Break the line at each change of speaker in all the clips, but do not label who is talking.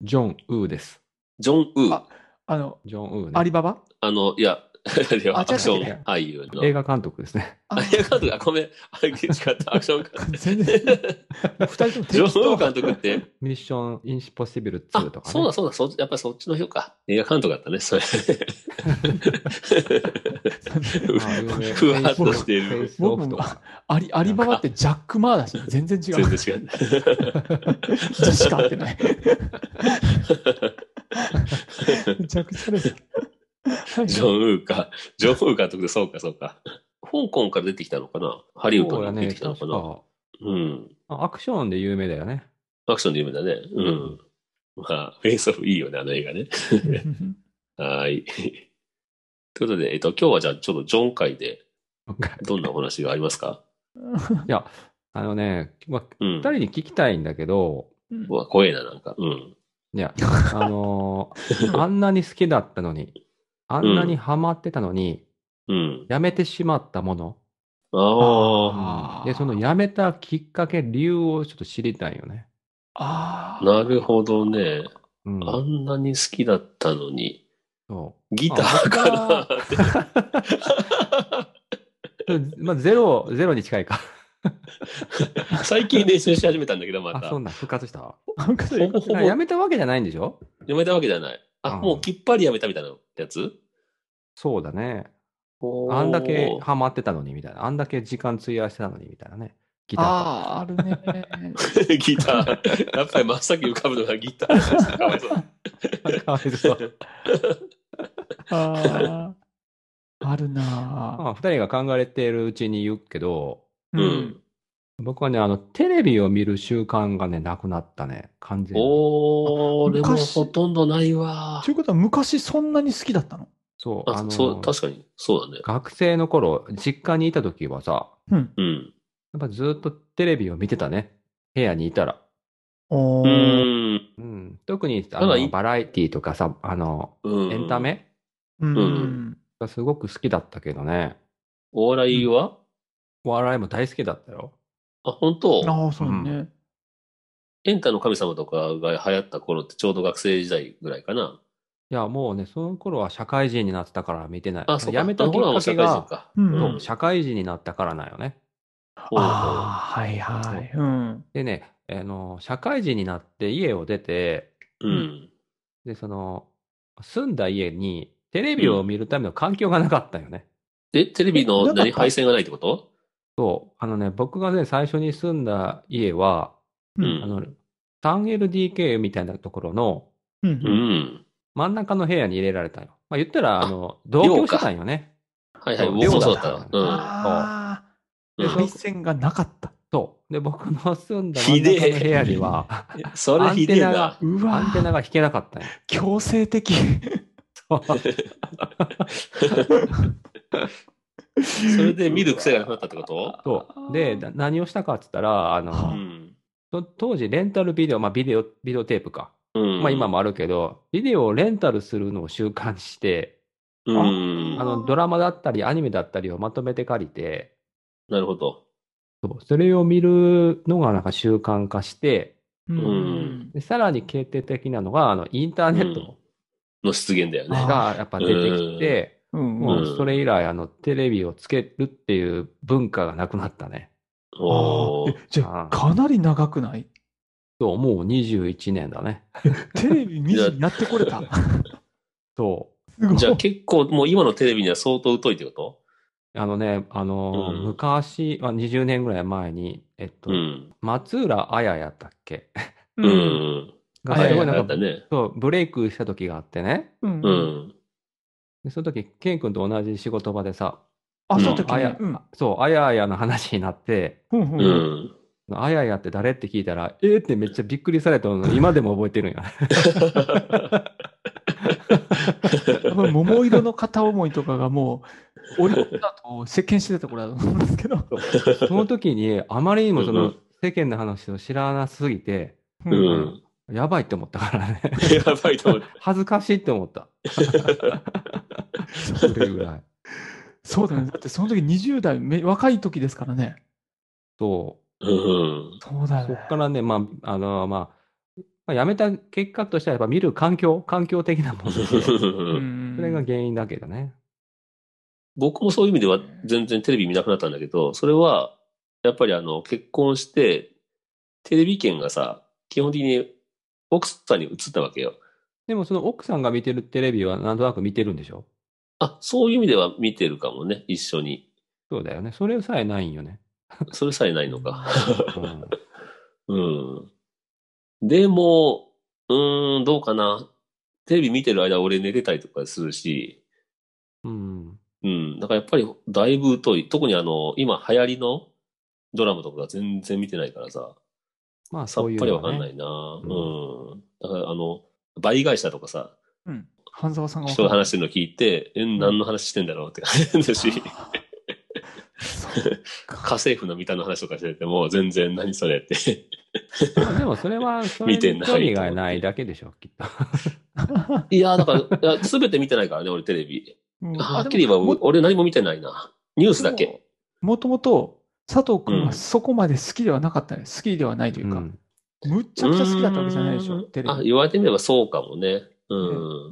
ジョン・ウーです。
ジョン・ウー。あ
ああの、
ジョン・ウーね。
アリババ
の、いや、 あれは
あ
アクシ
違う
ョ
違
ン
う
俳優の。
映画監督ですね。
あ
映画監督あ、ごめん。あれ、違った。アクショ ン監督。
全然、二人ともテ
ジ
イス
ョン・ウ
ト
ー監督って。
ミッション・インシポッシブル2
あ
と、か、ね。
そうだそうだ。そやっぱりそっちの評価。映画監督だったね、それ。ふわっとしてる。
フェイスオフとか。
アリ、アリババってジャック・マーだし、全然違
全
う。
然違う。
字しか合ってない。めちゃくちゃです。はい
ジョン・ウーか。ジョン・ウー監督で、そうか、そうか。香港から出てきたのかなハリウッド
そう
か
だ
ら出
ね。
てきたのか
確
な
か
うん。
あアクションで有名だよね。
アクションで有名だね。うん。まあ、フェイスオフいいよね、あの映画ね。はい。 ということで、えっと、今日はじゃあ、ちょっとジョン会で、どんなお話がありますか
あのね、まあ、
う
二
ん
人。に聞きたいんだけど、
うわ、怖えな、なんか。うん。
いや、あの ーあんなに好きだったのに、あんなにハマってたのに、
うん。
やめてしまったもの。
あ
あー
で、そのやめたきっかけ、理由をちょっと知りたいよね。
あ
あ、
ー
なるほどね。
うん。
あんなに好きだったのに、
そう
ギターかなって。
まあ、ゼロ、ゼロに近いか。
最近練習し始めたんだけど、ま
あ、
た。
そ
ほ
んな、復活した。
なんかそういう
ぼ
こと
ほぼ
やめたわけじゃないんでしょ
やめたわけじゃない。あ、
うん
もうきっぱりやめたみたいなやつ
そうだね。
おー
あんだけハマってたのに、みたいな。あんだけ時間費やしてたのに、みたいなね。ギターが。
ああ、あるね。
ギター。 やっぱり真っ先に浮かぶのがギター。かわいそう。
かわいそう。
ああ、あるな
まあ、二人が考えているうちに言うけど、
ぁ
うん。
僕はね、あの、テレビを見る習慣がね、なくなったね。完全に。
おー、でも
昔
ほとんどないわ
とい。うことは昔そんなに好きだったの
そう。
あ、
あの、
そう、確かに。そうだね。
学生の頃、実家にいた時はさ、
うん。
うん。
やっぱずっとテレビを見てたね。部屋にいたら。
お
う
ー
ん。
うん、特にあ
ただ
の
い
バラエティとかさ、あの、
うん
エンタメ
うん
うん
がすごく好きだったけどね。
お笑いは、
お笑いも大好きだったよ。
あ、本当
ああ、そうだね。
エンタの神様とかが流行った頃ってちょうど学生時代ぐらいかな。
いや、もうね、その頃は社会人になってたから見てない。
あ、そうか。
やめたきっ
ほらもう
か
社
け
会人
が、
か。
うん
そう社会人になったからなんよね。
あ
ああ、はいはい。うん。
でね、あの、社会人になって家を出て、
うん。
で、その、住んだ家にテレビを見るための環境がなかったよね。
で、テレビ
え
の
なかっ
何
た
配線がないってこと
そう。あのね、僕がね、最初に住んだ家は、
うん
あの、3LDK みたいなところの、
う。
うんん。
真ん中の部屋に入れられたよ。まあ、言ったら、あの、同居してたんよね。
はいはい、
そう
僕もそうだ
寮だ
っ
った
たわ。う
あ
ん
あ、
うん
配。線がなかった。
そう。で、僕の住んだ真
ひ
ん
でえ
中の部屋 には、
それひでえ
ア
な
ンテナが。
う
ア
わ
ンテナが引けなか ったんよ。
強制的。
それで見る癖がなくなったってこと
そう。で、な何をしたかって言ったら、あ
う
の、
ん。
と当時、レンタルビデオ、まあ、ビデオ、ビデオテープか。
うん
まあ、今。もあるけど、ビデオをレンタルするのを習慣にして、
うん
あ。の、ドラマだったり、アニメだったりをまとめて借りて、
なるほど。
そうそれを見るのがなんか習慣化して、
うんん。
でさらに決定的なのが、あの、インターネット。
うんの出現だよね。
がやっぱ出てきて、
う
も
ん。
うそれ以来、あの、テレビをつけるっていう文化がなくなったね。
おー
えじゃあ、かなり長くない
そう、もう21年だね。
テレビ見ずになってこれた。
そ
すごい。
じゃあ結構もう今のテレビには相当疎いってこと
う。あのね、あのー
うん
昔、あ20年ぐらい前に、えっ
う
と、
ん。
松浦綾やったっ け
う
うん。
ん。
が
はい
す
流
ご
行
いなんか、
ったね。
そう、ブレイクした時があってね。
う。
うんん。
でその時、ケン君と同じ仕事場でさ、
あ、その時
あ
ね
や。
うん。
そう、綾やの話になって、
うん
う。ん。
あややって誰って聞いたら、えー、ってめっちゃびっくりされたの、今でも覚えてるん や。
多分桃色の片思いとかがもう、俺のだと席巻してた頃だと思うんですけど。
その時に、あまりにもそ
うんう
の
ん
世間の話を知らなすぎて、
う
うん
ん。
やばいって思ったからね。
やばいと思って。
恥ずかしいって 思った。それぐらい。
そうだね。だってその時20代、め若い時ですからね。
そう。
うん。
そうだよ
そ
ね
こ。からね、まあ、あの、まあ、まあ、やめた結果としては、やっぱ見る環境、環境的なもので、 そ
うん
れが原因だけどね。
僕もそういう意味では全然テレビ見なくなったんだけど、それは、やっぱりあの、結婚して、テレビ権がさ、基本的に奥さんに移ったわけよ。
でも、その奥さんが見てるテレビは、なんとなく見てるんでしょ
あ、そういう意味では見てるかもね、一緒に。
そうだよね。それさえないんよね。
それさえないのか。
うん、
うん。でも、うーん、どうかな。テレビ見てる間俺寝てたりとかするし、
うん。
うん。だからやっぱりだいぶ遠い。特にあの、今流行りのドラマとか全然見てないからさ、
まあ、
さっ
そういう、ね。
ぱりわかんないな、うん。だからあの、倍返したとかさ、
うん。半沢さんが
人が話してるの聞いて、え、何の話してんだろうって感じ だし、
そう
家政婦の見たの話とかしてても、全然何それって。
まあでも、それは、そ れ
見て
に
ない
興味がないだけでしょ、きっと。
いや、だから、すべて見てないからね、俺テレビ。
うん
はっきり言えば、
も
俺何も見てないな。ニュースだけ。
もともと、佐藤君
う
は
ん
そこまで好きではなかったね。好きではないというか、
うん
むっちゃくちゃ好きだったわけじゃないでし
う
ょ、
ーん
テレ
あ、
ビ。
言われてみればそうかもね。うん。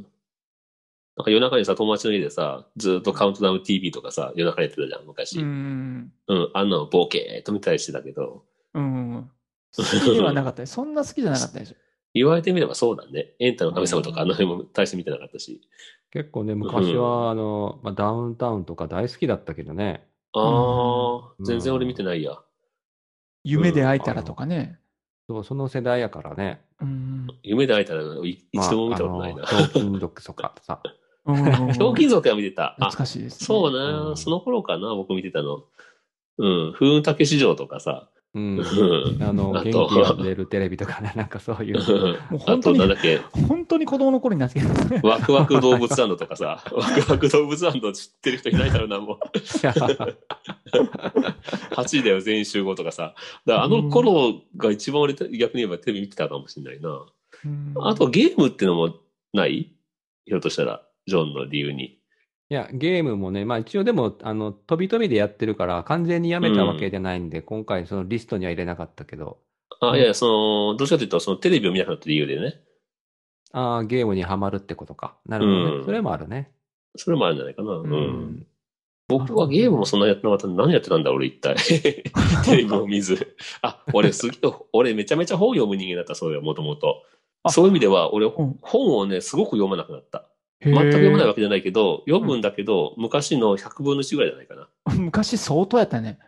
なんか夜中にさ、友達の家でさ、ずっとカウントダウン TV とかさ、夜中やってたじゃん、昔。
う
うん。
ん。
あんなのボケーっと見たりしてたけど、
うん。好きではな かったね。そんな好きじゃなかったでしょ。
言われてみればそうだね。エンタの神様とか、あの辺も大して見てなかったし。
結構ね、昔は、あの、まあ、ダウンタウンとか大好きだったけどね。
ああ、
うん
全然俺見てないや。
夢で会えたらとかね。
そうその世代やからね。
うん。
夢で会えたらい一度も見たことないな。
まああのひょうきん族とかさ。
うんうんうん
ひょうきん族は見てた。あ
懐、かしいですね。
そう
ね。
な、
うん
その頃かな、僕見てたの。うん、風雲竹市場とかさ。
うん
う。ん。
あの、
あと
元気が出るテレビとかね、なん かそ ういう。
もう
あ
本
と、
当
なんだ
に、
っけ、
本当に子供の頃になってきたね。
ワクワク動物ランドとかさ、ワクワク動物ランド知ってる人いないだろうな、も
いや
う。8位だよ、全員集合とかさ。だからあの頃が一番俺、逆に言えばテレビ見てたかもしれないな。
うん
あと、ゲームってのもないひょっとしたら、ジョンの理由に。
いや、ゲームもね、まあ一応でも、あの、飛び飛びでやってるから、完全にやめたわけじゃないんで、今回そのリストには入れなかったけど、
あ、いやいや、その、どっちかというと、そのテレビを見なくなった理由でね。
ああ、ゲームにはまるってことか。なるほどね。
うん
それもあるね。
それもあるんじゃないかな。うん。
うん
僕はゲームもそんなやってなかったのに何やってたんだ、俺一 体。テレビも見ず。あ、俺すげ え、俺めちゃめちゃ本読む人間だった、そうよ、もともと。
あ
そういう意味では、俺、
ん
本をね、すごく読まなくなった。
全
全く読まない
わ
わけじゃないけど、読むんだけど、昔の100分の1ぐらいじゃないかな。
け。昔相当やったね。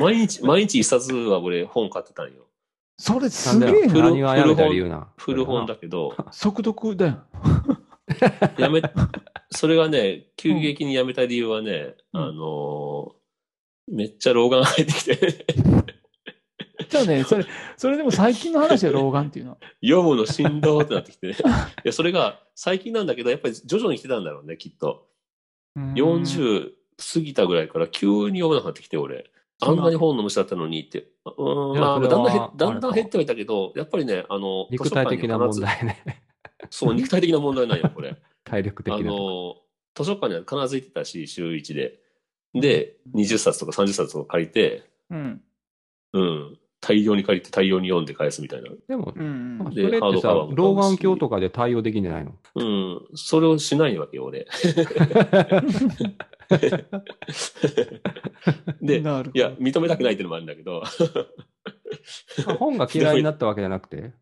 毎日、毎日一冊は俺本買ってたんよ。
それ
な
す
んだ
げえ
よ。
古
な。
何はやめた理由な。
古本
だ。
だけ ど、
速読だよ。
やめ、それがね、急激にやめた理由はね、
うん
あのーめっちゃ老眼入ってきて、
じゃあ ね、それ、それでも最近の話や、老眼っていうのは。
読むのしんどーってなってきてね。 いや、それが最近なんだけど、やっぱり徐々に来てたんだろうね、きっと。
うん
40過ぎたぐらいから急に読まなくなってきて、俺。あんなに本の虫だったのにって。う
い
ん、
や
まあ、
それは
だんだん減っ
あれか
だんだん減ってはいたけど、やっぱりね、あの、
肉体的な
図
問
書館に必ず。
題ね。
そう、肉体的な問題なんよ、これ。
体力的
あ
なと
の、図書館には必ず行ってたし、週1で。で、20冊とか30冊とか借りて、
うん。
うん。大量に借りて大量に読んで返すみたいな。
か。でも、
うん
そ
で
れ
ハ
っ
ー
て
ド
さ
カバーも、
老眼鏡とかで対応できんじゃな いの
うん。それをしないわけよ、俺。で、
なるほ
い
ど
や、認めたくないっていうのもあるんだけど、
まあ本が嫌いになったわけじゃなくて。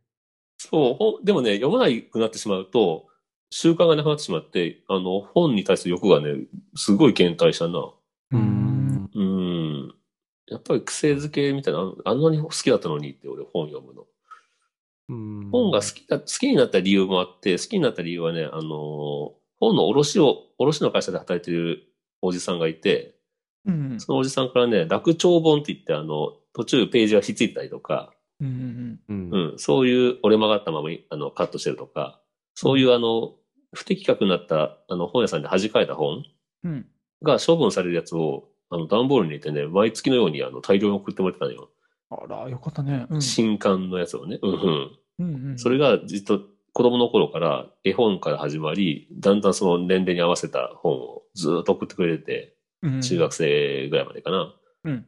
そうほん、でもね、読まなくなってしまうと、習慣がなくなってしまって、あの、本に対する欲がね、すごい減退したな。
う
うんん。
うん。やっぱり癖づけみたいな、あんなに好きだったのにって、俺本読むの。
うん
本が好きだ、好きになった理由もあって、好きになった理由はね、あのー本の卸を、卸の会社で働いてるおじさんがいて、
うん。
そのおじさんからね、楽長本って言って、あの、途中ページがひっついてたりとか、
うんうん
うん
う。ん、そういう折れ曲がったままあのカットしてるとか、そういうあの、不適格になったあの本屋さんで弾かれた本
うん。うん。
が処分されるやつを、あの、段ボールに入れてね、毎月のようにあの大量に送ってもらってたのよ。
あら、よかったね。うん。
新刊のやつをね。うんうん。
うんうん、
それがずっと子供の頃から絵本から始まり、だんだんその年齢に合わせた本をずっと送ってくれて
うん
て、中学生ぐらいまでかな。
うん。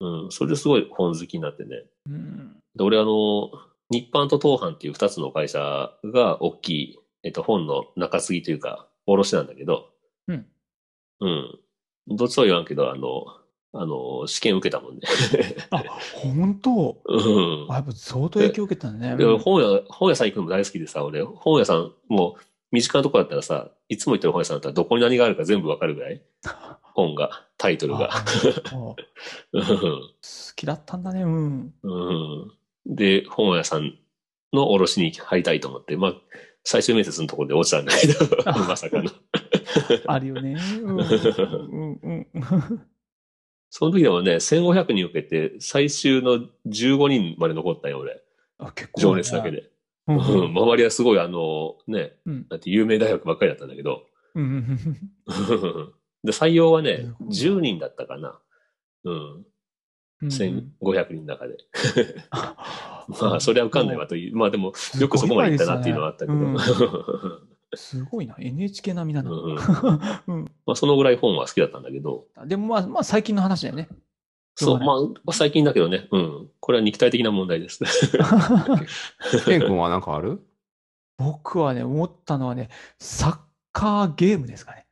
うん。それですごい本好きになってね。
うん。
で、俺あの、日版と東販っていう二つの会社が大きい、えっと、本の中継ぎというか、卸なんだけど、
うん。
うん。どっちとは言わんけど、あの、あの、試験受けたもんね。
あ、本当
うん
あ、。やっぱ相当影響受けたんだね。
で、
うん
本屋、本屋さん行くのも大好きでさ、俺、本屋さん、もう、身近なとこだったらさ、いつも行ってる本屋さんだったら、どこに何があるか全部わかるぐらい、本が、タイトルが。
あそう好
うん
きだったんだね。うん。
うんで、本屋さんの卸に入りたいと思って、まあ、最終面接のところで落ちたんだけど、まさかの。
あるよね。うん。うんうんうん。
その時でもね、1500人受けて、最終の15人まで残ったよ、俺。
あ結構。
情熱だけ。で。
う。
うんん、周りはすごい、あの、ね、
うん。
だって有名大学ばっかりだったんだけど、
うん。
で、採用はね
す、ごい
10人だったかな。うん。1500人の中で。 まあ、それは受かんないわという。まあでも、よくそこまでいったなっていうのはあったけど。
すごいですすごいな。NHK 並みだ
う
な。
んうんまあ、そのぐらい本は好きだったんだけど。
でもまあ、まあ最近の話だよね。
そう、
ま
まあ、最近だけどね。うん。これは肉体的な問題です。
あ。
ケン君はなんかある
僕はね、思ったのはね、サッカーゲームですかね。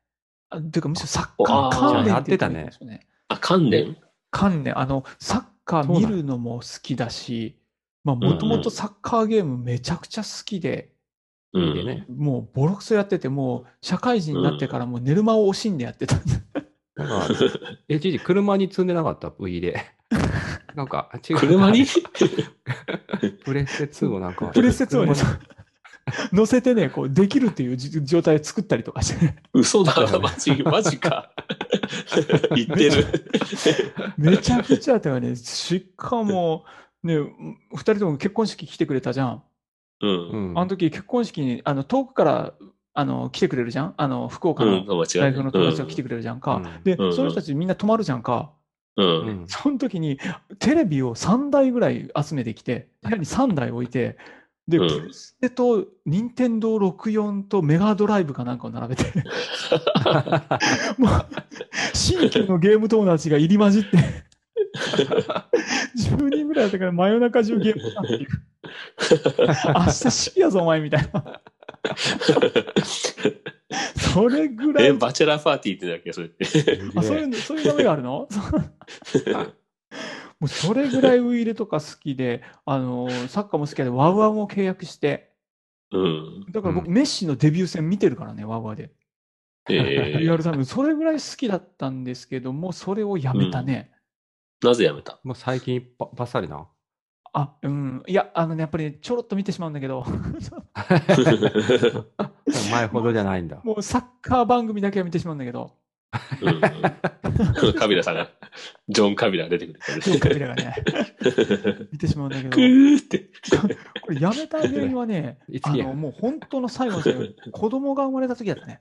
あていうか、むしろサッカ
あ
ー関連
や
っ
って
言
て
ったら
た
い
ね
いんですよね。
あ、関連
関連、あの、サッカー見るのも好きだし、まあ、
んうん
もともとサッカーゲームめちゃくちゃ好きで、
う
いいで
ん。
ね。
もうボロクソやってて、もう社会人になってからもう寝る間を惜しんでやってた。
なんか、 え、じいじ、車に積んでなかった ?V で。なんか、違う。
車 に
プレステ2をなんか。
プレステ2をね
車に
乗せてね、こう、できるっていうじ状態を作ったりとかして、
嘘だ。マジ、マジか。 言ってる。
めちゃくちゃだったよね。しかも、ね、二人とも結婚式来てくれたじゃん。
う。
うんん。
あの時結婚式に、あの、遠くから、あの、来てくれるじゃんあの、福岡
うん、
の
間違いない。
大学の友達が来てくれるじゃんか。
うん
で、
うん
その人たちみんな泊まるじゃんか。
うん。う
うんん。
その時に、テレビを3台ぐらい集めてきて、部屋に3台置いて、で、
うん
プレステと、任天堂64とメガドライブかなんかを並べて、もう、新旧のゲーム友達が入り混じって、10人ぐらいだったから真夜中中ゲームしたっていう。明日式やぞ、お前みたいな。それぐら
え、
い。
バチェラーパーティーってだっけそれって。
あそういうの、そういうダメがあるの もうそれぐらいウイイレとか好きで、あのーサッカーも好きで、ワウワウも契約して、
うん。
だから僕、
う
メッシのデビュー戦見てるからね、ワウワウで。
え
リアルタイムで、それぐらい好きだったんですけども、それをやめたね。
ー、なぜやめ た
もう最近ばばっさりな。
あ、うん。いや、あのね、やっぱりねちょろっと見てしまうんだけど、
前ほどじゃない んだ。
もうサッカー番組だけは見てしまうんだけど、
うんカビラさんが、ジョン・カビラが出てくる。
ジョンカビラが ね、見てしまうんだけど
ク、ーって。
これやめた原因はね
い、つ
あ
きや
の、もう本当の最後の最後、子供が生まれた時だったね。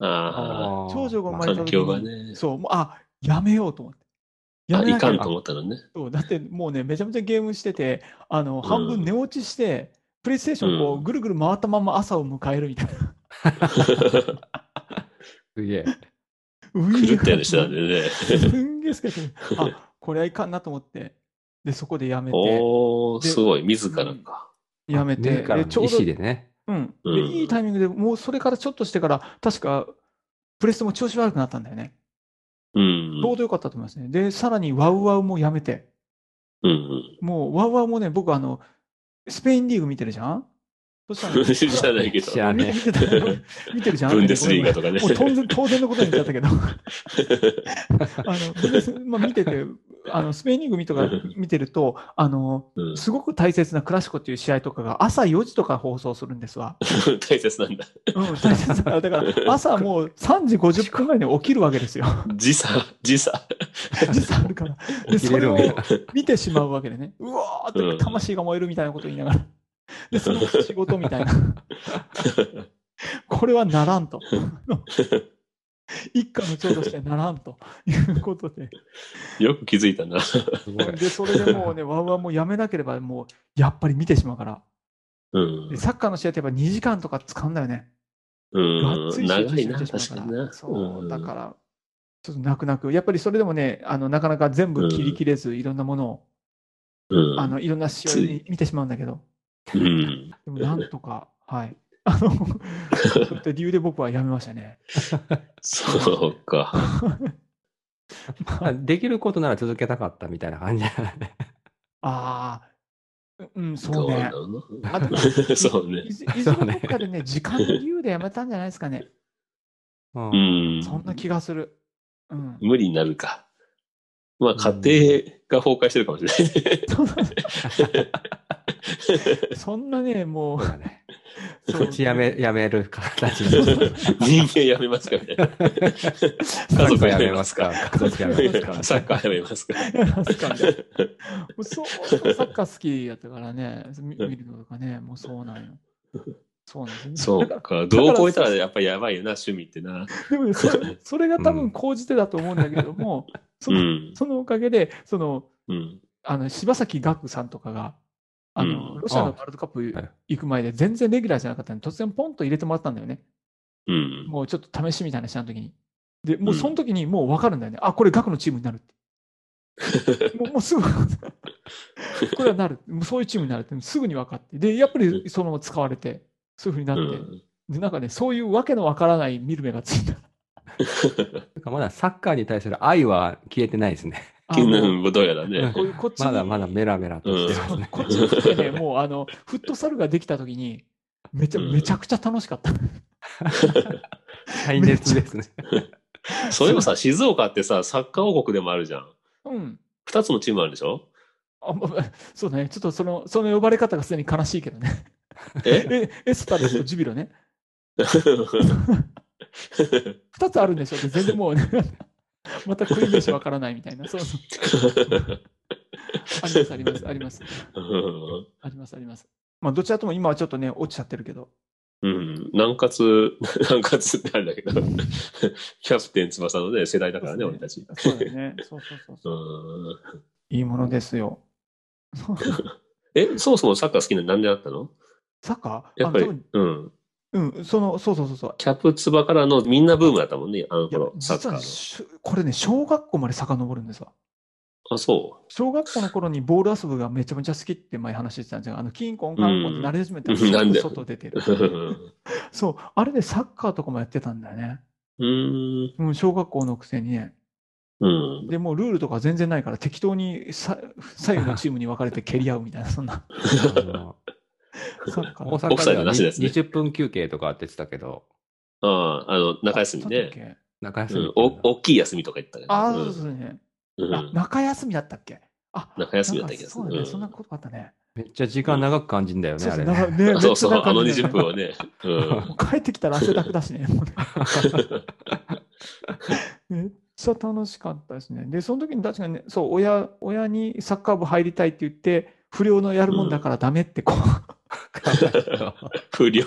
あ
あー
長女が生ま
あ、
れた時に
環境がね。
そう、もう、あ、やめようと思って。や
あ、
め
い
なきゃ
かんと思ったのね。
そうだってもうね、めちゃめちゃゲームしてて、あの、半分寝落ちして、プレイステーションをこ
う
うんぐるぐる回ったまま朝を迎えるみたいな。
すげえ。
う
狂ったようにしてたんでね。
すんげえ好きだったあ、これはいかんなと思って。で、そこでやめて、
おー、
です
ごい、自らか。
やめて、
自らの
でちょう
意
ど
思、でね。
うん、
うん
でいいタイミングで、もうそれからちょっとしてから、確か、プレステも調子悪くなったんだよね。
うん
ち。ょうどよかったと思いますね。で、さらにワウワウもやめて、
うん。
もうワウワウもね、僕あの、スペインリーグ見てるじゃんどうした の
知らないけど
知。ら
見
ね
見てたよ 見てるじゃん。
ブンデスリーガとかね
もう当然、当然のことにな っちゃったけど。あの、ブンデスまあ見てて、あの、スペインリーグ見とか見てると、あの、
うん、
すごく大切なクラシコっていう試合とかが朝4時とか放送するんで すわ。
大切なんだ。
うん、大切な。だから朝もう3時50分ぐらいに起きるわけですよ。
時差、時差。
時差あるから。
え。
で、
切
そ
れ
れ
る
を
んや。
見てしまうわけでね。 うわーって魂が燃えるみたいなことを言いなが ら。で、その仕事みた いな。これはならん と。一家の長としてならんということで。
よく気づいたな。
すごい。
で、それでもう ね、ワンワンもやめなければ、もう、やっぱり見てしまうから。
うん
で。サッカーの試合ってやっぱ2時間とか使うんだよね。がっ
う
つ
ん。
り集中
長い
し
な、
てしまう
確か
か。
らにな。。
そう、だからら、ちょっと泣く泣く。やっぱりそれでもね、あの、なかなか全部切り切れず、いろんなものを、
うん。
あの、いろんな試合に見てしまうんだけど。
うん。
でもなんとか、 はい。あの、そういった理由で僕はやめましたね。
そうか。
あできることなら続けたかったみたいな感じじゃない
ああ、うん、そ
ど
う
うな
ね。
の
あでも
そうね
いずいずれどっかでね、時間の理由でやめたんじゃないですかね。
う。
うんん。
そんな気がする。うん。
無理になるか。まあ、家庭が崩壊してるかもしれない。
そんなね、も
そうだ ね。
う、そ
そうっちやめ、やめる形に。
人間やめますか みたいな。家族やめますか。
家族やめます か。
サッカーやめますか。
やめますかね。もうそう、サッカー好きやったからね、み見るのとかね、もうそうなんよ。そうなんですよね。
そう
だ
か。
か
どう超えたらやっぱやばいよな、趣味ってな。
らでもねそれ、それが多分高じてだと思うんだけども、そうの
ん。
そのおかげで、その、
うん。
あの柴崎岳さんとかが、あの
うん
ロシアのワールドカッ
は
プ
い
行く前で、全然レギュラーじゃなかったのに、突然ポンと入れてもらったんだよね、
うん。
もうちょっと試しみたいなしたの時に。で、もううんその時にもう分かるんだよね、あこれ、岳のチームになるって。もうもうすぐこれはなる、もうそういうチームになるって、すぐに分かって、で、やっぱりそのまま使われて、そういうふうにな
う
って、
ん。
でなんかね、そういうわけの分からない見る目がついた。
なんかまだサッカーに対する愛は消えてないですね。
あの
うんどうやらね。
こういうこっちに
まだまだメラメラとしてま
そ
す
う
ね。
こっちに来てね、もうあの、フットサルができたときに、めちゃ、
うん
めちゃくちゃ楽しかった。
最熱です ね。
それもさ、静岡ってさ、サッカー王国でもあるじゃん。
うん。
二つのチームあるでしょ
あままそうね、ちょっとその、その呼ばれ方がすでに悲しいけどね。
え
え、エスパルスとジュビロね。二つあるんでしょって全然もうね、 また食い飯わからないみたいな。そうそう。あります、あります、あります。
うん
あります、あります。まあ、どちらとも今はちょっとね、落ちちゃってるけど。
うん。南葛、南葛ってあれだけど、キャプテン翼のね、世代だからね、
そう
俺
で
たち。
そうだよね。そうそうそう
う
そう。
ん。
いいものですよ。そう
え、そもそもサッカー好きなのなんでだったの
サッカー
やっぱ
あの多
り
分、
うん。
うん、その、そうそうそうそう。
キャプツバからのみんなブームだったもんね、あの
いや
頃、サッ
実
カー
は
の
ね。しゅこれね、小学校まで遡るんですわ。
あ、そ
小学校の頃にボール遊ぶがめちゃめちゃ好きって前話してたんですよ。あの、キンコンカンコンって慣れ始めたら、
うん なんで
外出て
う
る。。そう、あれでサッカーとかもやってたんだよね。
うーん。
うん、小学校のくせにね。
うん。
で、もうルールとか全然ないから、適当にさ左右のチームに分かれて蹴り合うみたいな、 そんな。
あの
サッカ
大
ー。
オフサイ
阪
ド
では
なしですね
20分休憩とかって言ってたけど、
ああ、あの、 中休み
そうだっ
ね。
け。
中
う
休み
ん。お、大きい休みとか言ったけど。
ああ、そうそうそうね。
うん
あ、中休みだったっけあ、
中休みだった気がする
なん
う
かそうだね。
ん
そんなことがあったね。
めっちゃ時間長く感じんだよね、
そう
あ
そう、
れ
なん
ね。
かね、
そうそう、あの
めっちゃ
20
中
分
休
はね。うん。
み帰ってきたら汗だくだし ね。もうねめっちゃ楽しかったですね。で、その時に確かにね、そう、親、親にサッカー部入りたいって言って、不良のやるもんだからダメってこ
不良。
う、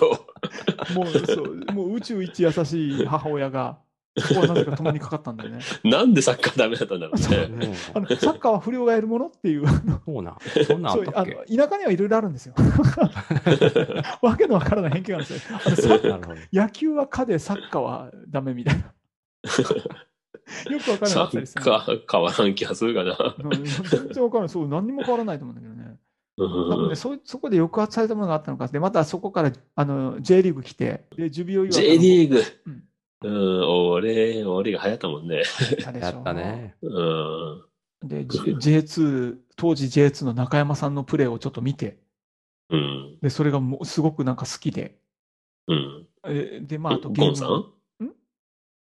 もう、そう、もう宇宙一優しい母親が、そこはなぜか共にかかったんだよね。
なんでサッカーダメだったんだろうね。
もう
あの、サッカーは不良がやるものっていう、あの
そうなん。そんなんあ
そ
っ
う
た
あ
っ
の
け
田舎にはいろいろあるんですよ。わけのわからない偏見があるんですよ。あのサ
な
ッ
るほど。
野球はかで、サッカーはダメみたい な。よくわからなか
サ
ったり
ッ
する。
カー変わらん気がするかな。
うん全然わからない。そう、何にも変わらないと思うんだけどね。
う
多分
ん
ね、。そそこで抑圧されたものがあったのか、でまたそこからあの J リーグ来て、でジュビオ
J リーグ
うん。
うん、俺、俺が流行ったもんね。
ーグ来たでしょ
やったね。
うん。
で、J- J2、当時 J2 の中山さんのプレーをちょっと見て、
うん。
で、それがもうすごくなんか好きで。
うん。
えで、まあ、あと
ゴンさん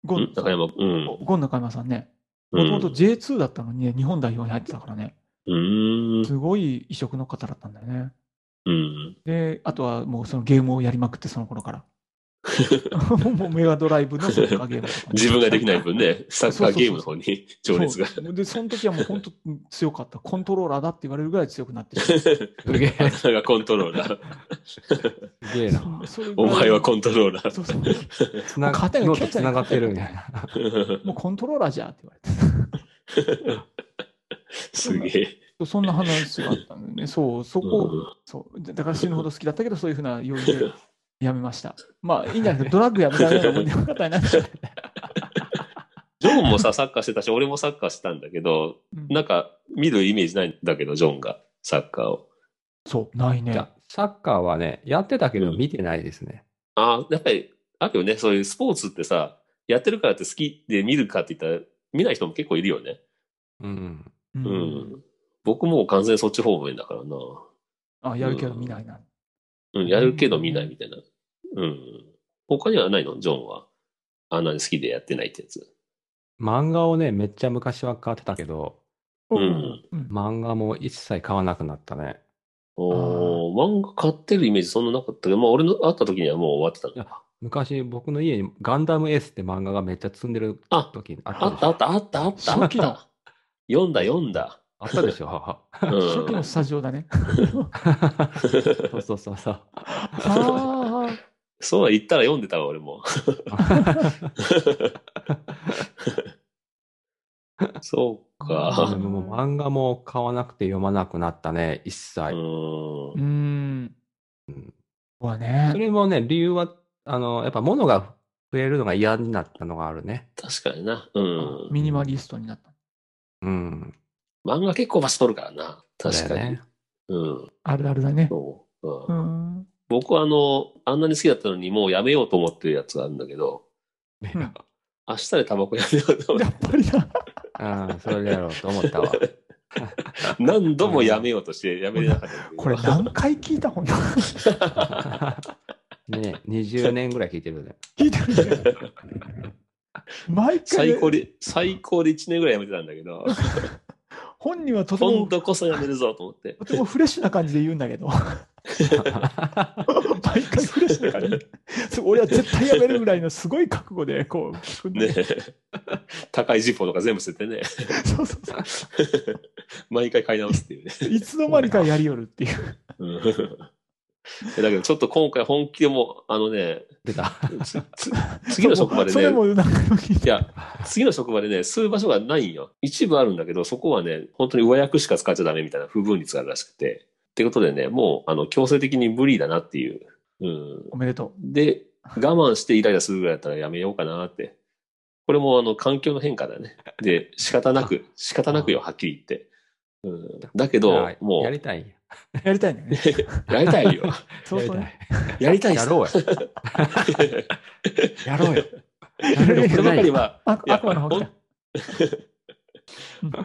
ゴン
ん中山、うん。
ゴン中山さんね。
う
もとも
ん
と J2 だったのにね、日本代表に入ってたからね。
うん。
すごい異色の方だったんだよね。
うん。
で、あとはもうそのゲームをやりまくって、その 頃から。もうメガドライブのサッカーゲームとかね、
自分ができない分ね、サッカーゲームの方に情熱が。
そうで、その時はもう本当強かった。コントローラーだって言われるぐらい強くなってし まっ
すげえ。
鼻がコントローラー。
すげえ
た
な。
それぐ
お
らい
前はコントローラ
そうそう。
つな
もう肩が
脳
切
と
れちゃう
つながってるみたいな。
ー。
もうコントローラーじゃって言われて。
すげえ。
そんな話があったんだよね。そう、そこ、そう。だから死ぬほど好きだったけど、そういうふうな要因でやめました。まあ、いいんじゃないですか。ドラッグやめられないのもよかったになっちゃって。
ジョンもさ、サッカーしてたし、俺もサッカーしてたんだけど、
うん
なんか、見るイメージないんだけど、ジョンが、サッカーを。
そう、ない
い
ね。
やサッカーはね、やってたけど見てないですね。
ああ、やっぱり、あるよね。そういうスポーツってさ、やってるからって好きで見るかって言ったら、見ない人も結構いるよね。
うん。
う
う
ん。。僕もう完全にそっち方面だからな。
あ、やるけど見ないな。
うん、やるけど見ないみたいな。うん。他にはないのジョンは。あんなに好きでやってないってやつ。
漫画をね、めっちゃ昔は買ってたけど、
うん
うん。
漫画も一切買わなくなったね。
おー漫画買ってるイメージそんななかったけど、まあ俺の会った時にはもう終わってたの
いや昔、僕の家にガンダムエースって漫画がめっちゃ積んでる
あ
時にあ
あったあったあったあったあっ
初期の
た。 読んだ読んだ。
あったでしょ。
う
初期の
ん。
スタジオだね。
そうそうそうそう。
ああ。
そうは言ったら読んでたわ、俺 も。そう
で
か。
ももう漫画も買わなくて読まなくなったね、一切。
うん
う。ん。
うん
はね
そ。れもね、理由は、あの、やっぱ物が増えるのが嫌になったのがあるね。
確かにな。うん。
ミニマリストになった。
うん。
漫画結構場所取るからな。確
だ
か
よ
に
ね。。
うん。
あるあるだね。
そう。うん
うん。
僕はあの、あんなに好きだったのにもうやめようと思ってるやつがあるんだけど、
うん
明日でタバコやめようと思
や
っ
っぱりな。
ああ、それだろうと思ったわ。
て、何度もやめようとしてやめれなかったんだけど。
これ何回 聞いたほんと
ね、20年ぐらい聞いて るね。
聞いてるね。毎回
最、高で、最高で1年ぐらいやめてたんだけど、
本人はとても
今、度こそやめるぞと思って。
とてもフレッシュな感じで言うんだけど、 毎回フレッシュな感じそう俺は絶対やめるぐらいのすごい覚悟で、こう聞くんだ
ね え高いジッポーとか全部捨ててね、
そうそうそ
毎回買い直すっていうね。
う。いつの間にかやりよるっていう。
うんえだけどちょっと今回本気でもう、あのね、
出た。
つつ次の職場で
それ
ね、
もなんか聞い
いや、次の職場でね、吸う場所がないんよ。一部あるんだけど、そこはね、本当に上役しか使っちゃダメみたいな不分率があるらしくて。ってことでね、もう、あの、強制的に無理だなっていう。うん。
おめでと
で、我慢してイライラするぐらいだったらやめようかなって。これも、あの、環境の変化だね。で、仕方な く、仕方なくよ、はっきり言って。うん。だけど
あ、
も
や
う
り、たいんや。
う。やりたいんだよね。
やりた いよ。
そうそう
や
ね。
り
やりた
たい
い
や
さ
ろうよ。やろうよ。やれる
こ
ことと
ば
な
か
い
り
よ。
は、
あ
いや
悪魔の方だ。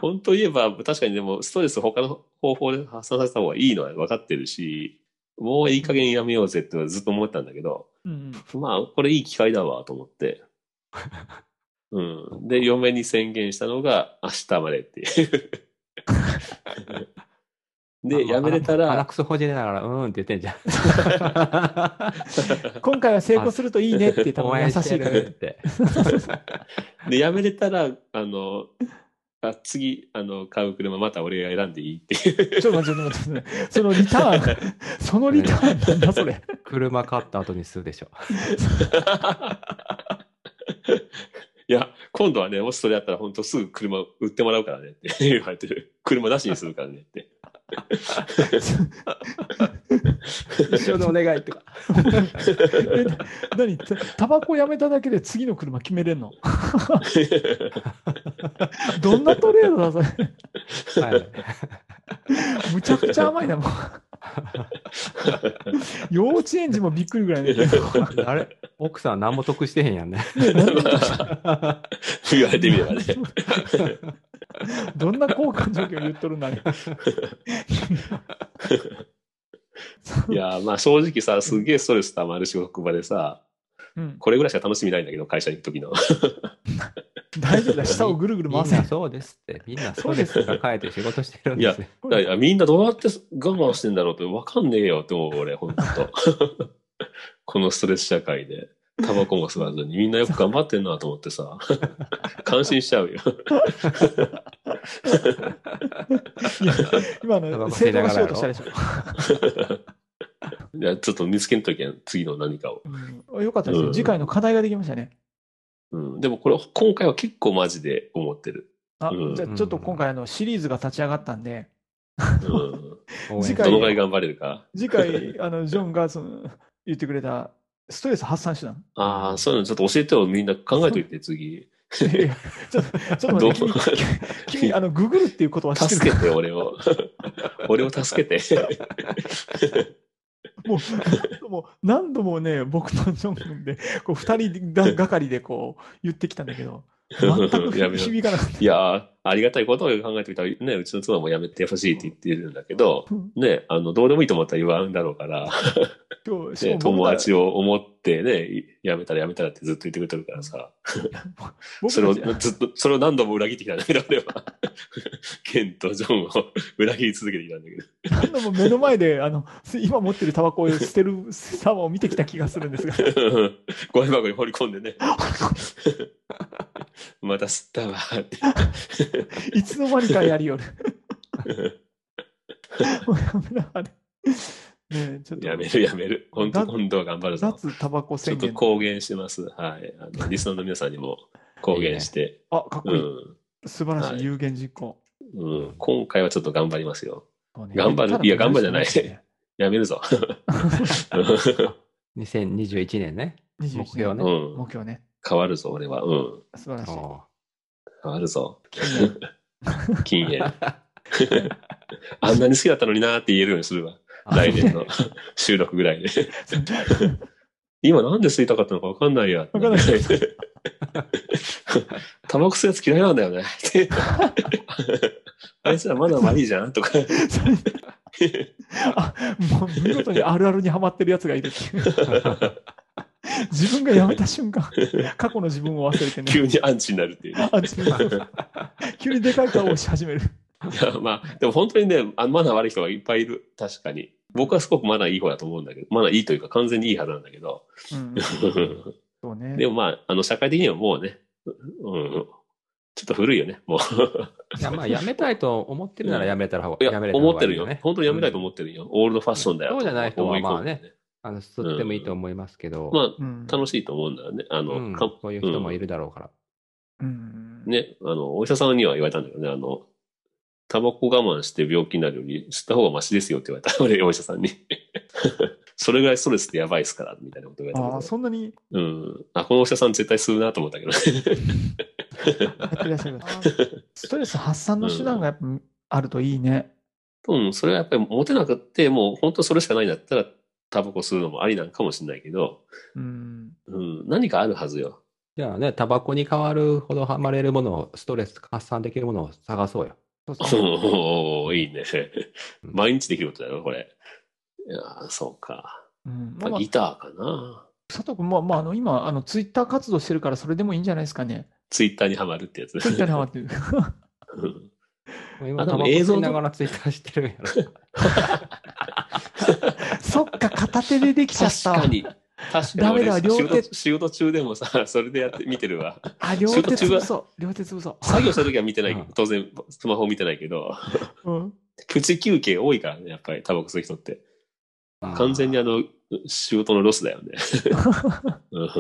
本当言えば、確かにでも、ストレス他の方法で発散させた方がいいのは分かってるし、もういい加減やめようぜってずっと思ってたんだけど、
うん
まあ、これいい機会だわと思って。うん。で、嫁に宣言したのが、明日までっていう。で、やめれた
鼻
ら、
くそほじりながら、うーんって言ってんじゃ ん。
うん今回は成功するといいねって多
お
分
前
優しいから
してるって。
で、やめれたら、あの、あ次、あの、買う車また俺が選んでいいって いう。
ちょっと待って、ちょっと待ってちょっと待って、そのリタ ーン、そのリターンなんだ、それ。
車買った後に吸うでしょ。
いや、今度はね、もしそれやったら本当すぐ車売ってもらうからねって言われてる。車なしにするからねって。
一生のお願いとか。
えな何たタバコやめただけで次の車決め れんのどんなトレードだ、それ。
はい
むちゃくちゃ甘いな、 もう。幼稚園児もびっくりぐらいね。
あれ奥さん何も得してへんやんね。
言われてみればね。
ど んな交換状況言っとるんだね。
いや、まあ正直さ、すげえストレス溜まる仕事場でさ、
うん、
これぐらいしか楽しみないんだけど、会社に行く時の。
大丈夫だ、下をぐるぐる
み
回
ん
せ
な。そうですって。みんなそうですが書いて仕事してるんですよ。
こ
いやい
れ
やみんなどうやって我慢してんだろうって分かんねえよって思う、俺、ほんと。このストレス社会で、タバコも吸わずに、みんなよく頑張ってんなと思ってさ、感心しちゃうよ。
いや今
タバ
の
コ
正
吸い
当
な
な仕
がらや
事
ろ
したでしょ。
いや、ちょっと見つけんときは次の何かを。
うんよかったです
う
よ。
ん
次回の課題ができましたね。
うん、でもこれ、今回は結構マジで思ってる。
あ
うん
じゃあちょっと今回あのシリーズが立ち上がったんで、
うん、
応援
次
ど
回
のぐらい頑張れるか。
次 回、あのジョンがその言ってくれたストレス発散手段。
ああ、そういうのちょっと教えてよ、みんな考えといて、次。
いやいやちょっとちょっと待って
どう
君、君あの、ググるっていうことは知って
助
る
けて、俺を。 俺を助けて。
もう何度も何度もね、僕とジョン君で、こう2人ががかりでこう言ってきたんだけど、全く
やめろ
響かなかっ
いやー、ありがたいことを考えてみたら、ね、うちの妻もやめてほしいって言ってるんだけど、
た。
ね、あの、どうでもいいと思ったら言わんだろうから、
今日し
ね、
かも僕
友
ら
達を思ってね、いやめたらやめたらってずっと言ってくれてるからさ、
僕
それを
らじゃ
ずっと、それを何度も裏切ってきたんだけど、俺は。 ケンとジョンを裏切り続けてきたんだけど。
何度も目の前であの今持ってるタバコを捨てる様を見てきた気がする んですが、
ゴミ箱に放り込んでね、 また吸ったわって。
いつの間にかやりよる。 もうやめなはれ。ねえちょっと
やめるやめる。本当
だ
今度は頑張るぞ。
脱タバコ
ちょっ
宣
と
言。
公言してます。はい。あの、リスナーの皆さんにも公言して。
あ、かっこ
う
いい。
ん。
素晴ら
は
し
い
い有言実行。
うん、今回はちょっと頑張りますよ。
そうね
頑張る
ただ
いや頑張るじゃない
やるしかですね
やめる ぞ。
2021年ね。
21
目標
年
ね
う
目
ん、
標ね。
変わるぞ、俺は。うん、
素晴らしい。
お
変わるぞ。
金曜
禁 煙。あんなに好きだったのになーって言えるようにするわ。
ー
来年の収録ぐらいで。今なんで吸いたかったのかわかんないや。
わかんない
タバコ吸うやつ嫌いなんだ よね。ってあいつらまだ悪いじゃんとか。
あもう見事にあるあるにはまってるやつがいるっていう。自分がやめた瞬間、過去の自分を忘れてね。
急にアンチになるっていうね。
あ自分急にでかい顔をし始める。
いや、まあ、でも本当にね、あのマナー悪い人がいっぱいいる。確かに。僕はすごくマナーいい方だと思うんだけど、マナーいいというか完全にいい派なんだけ ど。
うんそうね。
でもまあ、あの、社会的にはもうね、うん、ちょっと古いよね、 もう。
いや、まあ、やめたいと思ってるならやめたらほう
いや、
やめれた方
思っ
が
て
い
る
い
よ
よね。
本当にやめたいと思
っ
ってるよ。オールドファッションだよ。
そうじゃない人は
思い込んで
まあね。あの、吸ってもいいと思いますけど、
まあ、
うん、
楽しいと思うんだよね。あの、
うん
か
そういう人もいるだろうから。
うん、
ね、あの、お医者さんには言われたんだけどね、あの、タバコ我慢して病気になるより吸った方がマシですよって言われた。俺、お医者さんに。 それぐらいストレスってやばいですから、みたいなこと言われ
あ
た
あ、
けど。
そんなに
うん。あ、このお医者さん絶対吸うなと思ったけどね。
やってらっしゃる。ストレス発散の手段がやっぱあるといいね。
うん、それはやっぱりモテなくって、もう本当それしかないんだったら、タバコ吸うのもありなんかもしれないけど、
うん。
うん、何かあるはずよ。
じゃあね、タバコに代わるほどハマれるものを、ストレス発散できるものを探そうよ。
そうそう
おーいいね。
うん
毎日できることだよ、これ。いやーそうか。
うん
まあ
まあまあ
ギターかな。
佐藤君、まあまあ、あの今あの、ツイッター活動してるから、それでもいいんじゃないですかね。
ツイッターにハマるってやつ。
ツイッターにハマってる。
うん
もう今、
あで
タ
も
バコ
映像
吸
と
いながらツイッターしてるんやろ。
そっか、片手でできちゃっ
確
たわ
か。に。確か
ダ
に
メだ
俺
両
仕
手
事。仕事中でもさ、 それでやって見てるわ。
あ、両手
仕事中は
潰そう。両手潰そ
作業した時は見てな
う
い
ん。
当然、スマホ見てないけど、
う。うん。
プチ休憩多いからね、やっぱりタバコ吸う人って。
うん
完全にあの、仕事のロスだよ ね。うん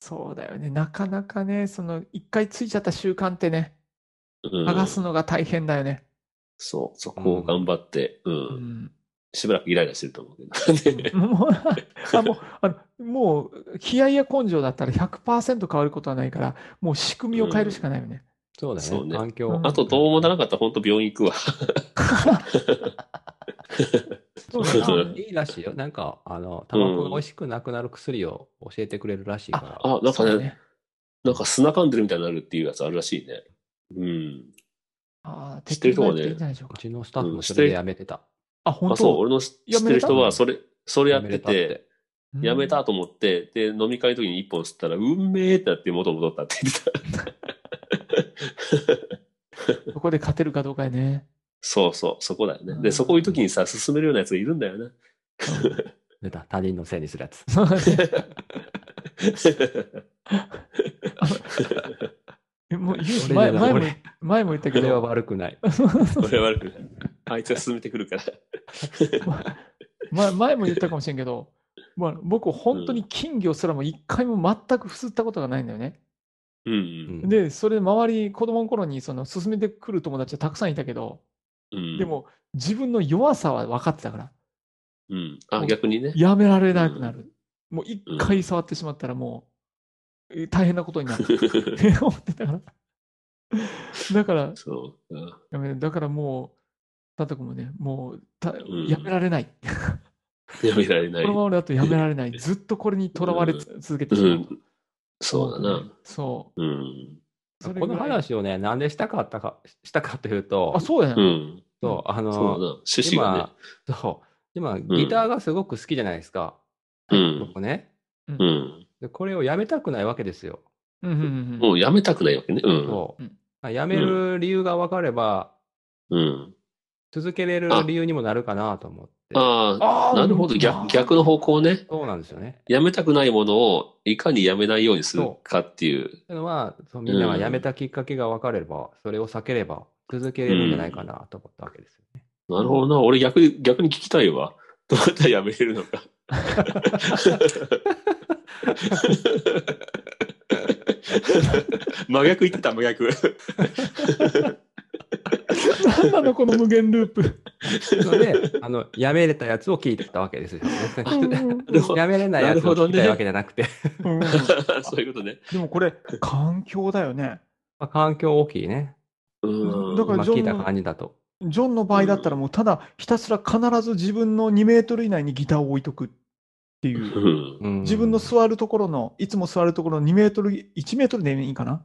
そうだよね。なかなかね、その、一回ついちゃった習慣ってね、
うん
剥がすのが大変だよね。
そう、そこを頑張って、うん。
うん。
しばらくイライラしてると思うけど。
もう、あもうあの、もう、気合や根性だったら100%変わることはないから、もう仕組みを変えるしかないよね。
そうだ
そう
ね。
ね
環境。
あと、どうもならなかったら本当病院行くわ。
そうだな。いいらしいよ。なんか、あの、タバコが美味しくなくなる薬を教えてくれるらしいから。
あ、なんか
そう
ね、なんか砂噛んでるみたいになるっていうやつあるらしいね。うん。
ああ、
知ってる人はね
徹底的にやっていいんじゃないでしょう
う
か
ちのスタッフもそれでやめてた。
あ、本
あ、そう、
当
俺の知
や
知って
めれ
る
た
人は、それ、それやっ
やめれ
て
たって
て、やめ。たと思って、で、飲み会の時に一本吸ったら、うんめえってなって元戻ったって言ってた。
うんここで勝てるかどうかやね。
そうそう、そこだよね。
う
で、
ん
そこいう時にさ、進めるようなやつが いるんだよね。
出た。他人のせいにするやつ。
そ うねもう言う
俺
前
じ
前
ゃない
も
俺
前も言ったけ
これは
ど、
悪く ない。
俺は悪くない。あいつが進めてくるから。
ま、前も言ったかもしれんけど、まあ、僕、本当に金魚すらも一回も全くすったことがないんだよね。
うんう。
うんん、
で、それで周り、子供の頃にその勧めてくる友達はたくさんいたけど、
うん。
で、も自分の弱さは分かってたから、
うん。あ、逆にね。
やめられなくなる。もう一回触ってしまったらもうえ大変なことになる。って思ってたから。だから、
そう。うん
やめだからもう、タト君もね、もうた
ん
やめられない。
やめられな
こ
い
の。ままだとやめられない。ずっとこれにとらわれつ続けてし
う
まう。
ん。そうだな。
そ
うん。
う。それ
こ
ぐら
の
い
話をね、なんでしたかったか、したかという
あ、
と、
そうや
う
ね。
ん。
そう、あの、
そうだな。趣旨が
今、そう、今、ギターがすごく好きじゃないですか。
ね。うん。
僕ね
うん。
で。これをやめたくないわけですよ。
うんうんうん
もうやめたくないわけね。うん。
そう
うん
あやめる理由が分かれば、
うん。
続けれる理由にもなるかなと思って。
あ
あ
あ、
ー
なるほど。
まあ
逆、逆の方向ね。
そうなんですよね。
やめたくないものをいかにやめないようにするかっていう。
というのは、そうみんながやめたきっかけが分かれば、それを避ければ、続けれるんじゃないかなと思ったわけですよ。
なるほどな。俺逆に、逆に聞きたいわ。どうやったらやめれるのか。 真逆言ってた、真逆。
なんなのこの無限ループ。
それで、あの、やめれたやつを聞いてきたわけですよね。
るほど
やめれないやつを聞きたいわけじゃなくて、
うん
そういうことね。
でもこれ、環境だよね。
まあ、環境大きいね。
うん。
だから
まあ、
ジョン
聞いた感じだと。
ジョンの場合だったらもうただひたすら必ず自分の2メートル以内にギターを置いとくっていうう。
ん。
うん
自分の座るところの、いつも座るところの2メートル、1メートルでいいかな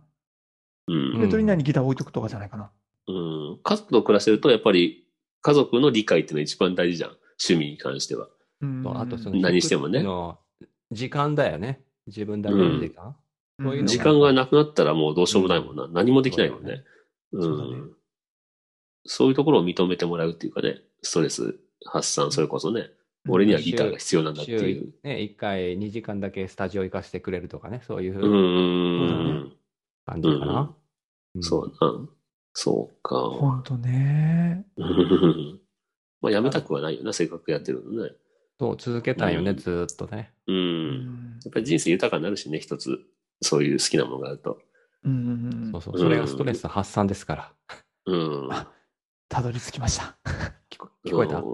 う
?2
ん
メートル以内にギターを置いとくとかじゃないかな。
うん。家族と暮らしてると、やっぱり家族の理解っていうのが一番大事じゃん。趣味に関しては。
うん
とあとその
何してもね
引く時間だよね。自分だけの時間。そういうの
時間がなくなったらもうどうしようもないもんな。何もできないもんね。う
そうだね
ん。そういうところを認めてもらうっていうかね、ストレス発散、それこそね、俺にはギターが必要なんだって
週
いう。
ね、1回2時間だけスタジオ行かせてくれるとかね、そういうう
ーん。
感じかな。ん
そうだな。そうか。
ほんとね。
まあ、やめたくはないよな、せっかくやってるのね。
そう、続けたいよ
う
ね、
ん
ずーっとね。
う。
うんん
やっぱり人生豊かになるしね、一つ。そういう好きなものがあると。
うん
そうそう、それがストレス発散ですから。
うん。
たどり着きま した。
聞こ聞こえた
うん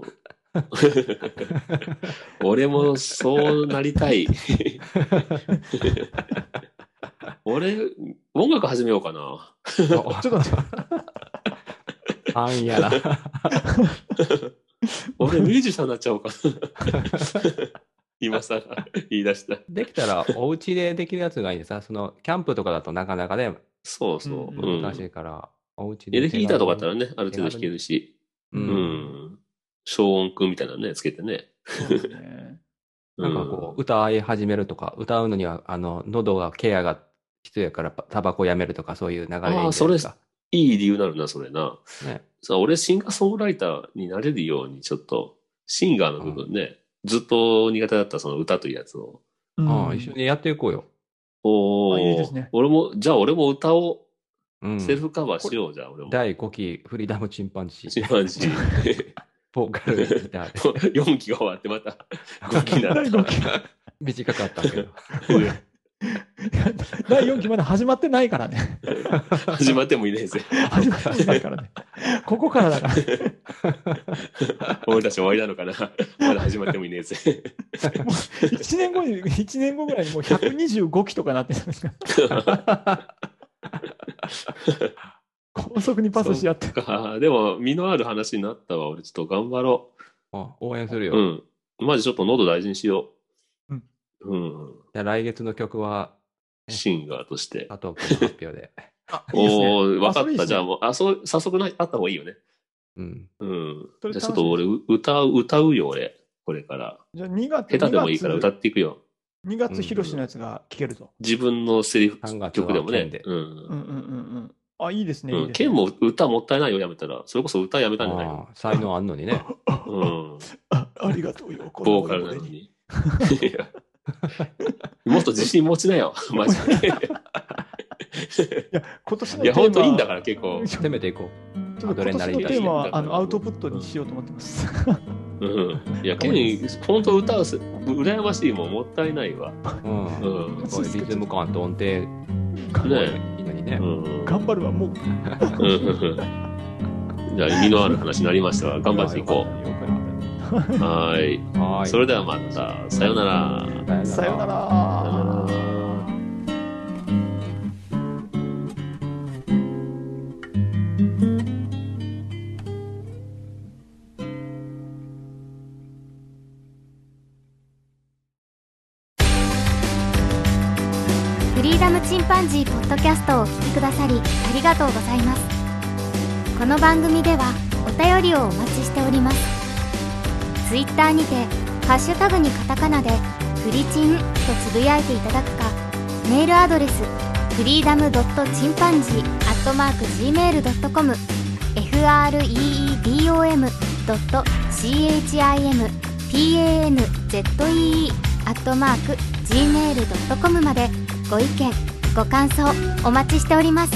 俺もそうなりたい。俺、音楽始めようかな。
ちょ
ちょっと待って、
あんやら。
俺ミュージシャンになっちゃおうかな。今さ、言い出した。
できたら、お家でできるやつがいいですその、キャンプとかだとなかなかね、
そうそう。
う
うん
難しいから、お家で。
エレキギターとかだったらね、ある程度弾けるし。
う。
うんん。消音くんみたいなのね、つけてね。
そうね
なんかこう、歌い始めるとか、歌うのには、あの、喉がケアが必要やから、パタバコやめるとか、そういう流れでいいんじゃない
あーそれ
ですか。
うん。いい理由なるな、それな。
ね
さあ俺シンガーソングライターになれるようにちょっとシンガーの部分ね、ずっと苦手だったその歌というやつを。
あ あ、一緒にやっていこうよ。
お
あ
ー
いいですね
俺も、じゃあ俺も歌を
うん。
セルフカバーしよう、じゃあ俺も。
第5期、フリーダムチンパンジ
チン
ー、
パンジー。
ボーカルギターで。
4期が終わってまた5期にな
第
った
5。期。
短かったけ ど。
第4期まだ 始まってないから ね。
始まってもいないぜ。
始まってないからね。ここからだから。
俺たち終わりなのかな。まだ始まってもいねえぜ。
1年後に、1年後ぐらいにもう125期とかなってるんですか。高速にパスし合って。
あーでも、身のある話になったわ。俺ちょっと頑張ろ
あ応援する
う。
よ。
うん。マジちょっと喉大事にしよう。
うん。
うん。
じゃあ来月の曲は、
シンガーとして。
佐藤君の発表で。
あいいですね
おおー、分
あそ
か
れ
っ
いい
た。
です
じ
ね
ゃあもう、あ、そう、早速な、あった方がいいよね。
うん。
うん。
それ
じゃあちょ
楽
っ
しみ
と俺、う歌う、歌うよ、俺。これから。
じゃあ2月、
下手でもいいから歌
2
っていくよ。
月、ヒロシのやつが聴けるぞ。
自分のセリフ
3、月は
曲でもね。
剣で
うん。
うんうんうんうん。あ、いいですね。
う
いい
ん。
ですね
剣も歌もったいないよ、やめたら。それこそ歌やめたんじゃないの
ああ才能あんのにね。
うん。
あありがとうよ、こ
ボーカルなの
に。
に。いやもっと自信持ちな よ、マジで。
いや、今年の
い
テー
や、
マ
ほんといいんだから、結構。
攻めていこ
ちょっと今年のテーマはあのアウトプットにしようと思ってます。
うん。いや、ケニー、ほんと歌うす、羨ましいもん、もったいないわ。
う。うん。
う
こ
ん。
ういうリズム感と音程、いいのにね
う。ん。
頑張るわ、もう。
うんじゃあ、意味のある話になりましたが、頑張っていこう。はーい。
はい。
それではまた、さようなら。
さよなら。
さようなら。
フリーダムチンパンジーポッドキャストをお聞きくださりありがとうございますこの番組ではお便りをお待ちしておりますツイッターにてハッシュタグにカタカナでフリチンとつぶやいていただくかメールアドレスフリーダムドットチンパンジーアットマーク gmail.com freedom ドット chimpanzee アットマーク gmail.com までご意見ご感想お待ちしております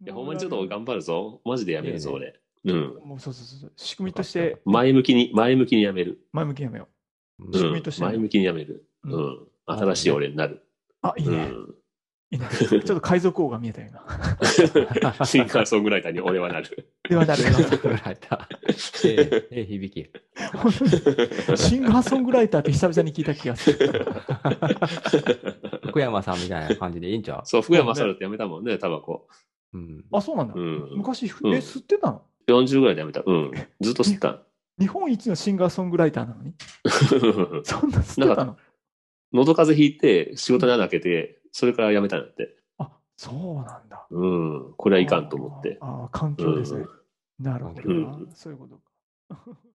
いや、ほんまにちょっと頑張るぞ。マジでやめるぞ、
いい
俺。うん。
もうそうそうそう。仕組みとして
前向きに、前向きにやめる。
前向きやめよ
う
仕
ん
組みとしてね
前向きにやめる。
う。
う
うん
ん。新しい俺になる。
あ、いいうね。
ん。
いいね。ちょっと海賊王が見えたよ、今。
シンガーソングライターに俺はなる。
では なる。
ええ、響き。
本当にシンガーソングライターって久々に聞いた気がする。
福山さんみたいな感じでいいんちゃ
そう、福山雅治ってやめたもんね、タバコ。
ううん。
あ、そうなんだ
う。ん。
昔、え、
うん
吸ってたの
40ぐらいでやめた。うん。ずっと吸った。
日本一のシンガーソングライターなのにそんな吸ってたの
喉風邪ひいて、仕事に穴開けて、それからやめたんだって。
あ、そうなんだ。
うん。これはいかんと思って。
あーあー、環境ですね。なるほどな、
う
そういうことか。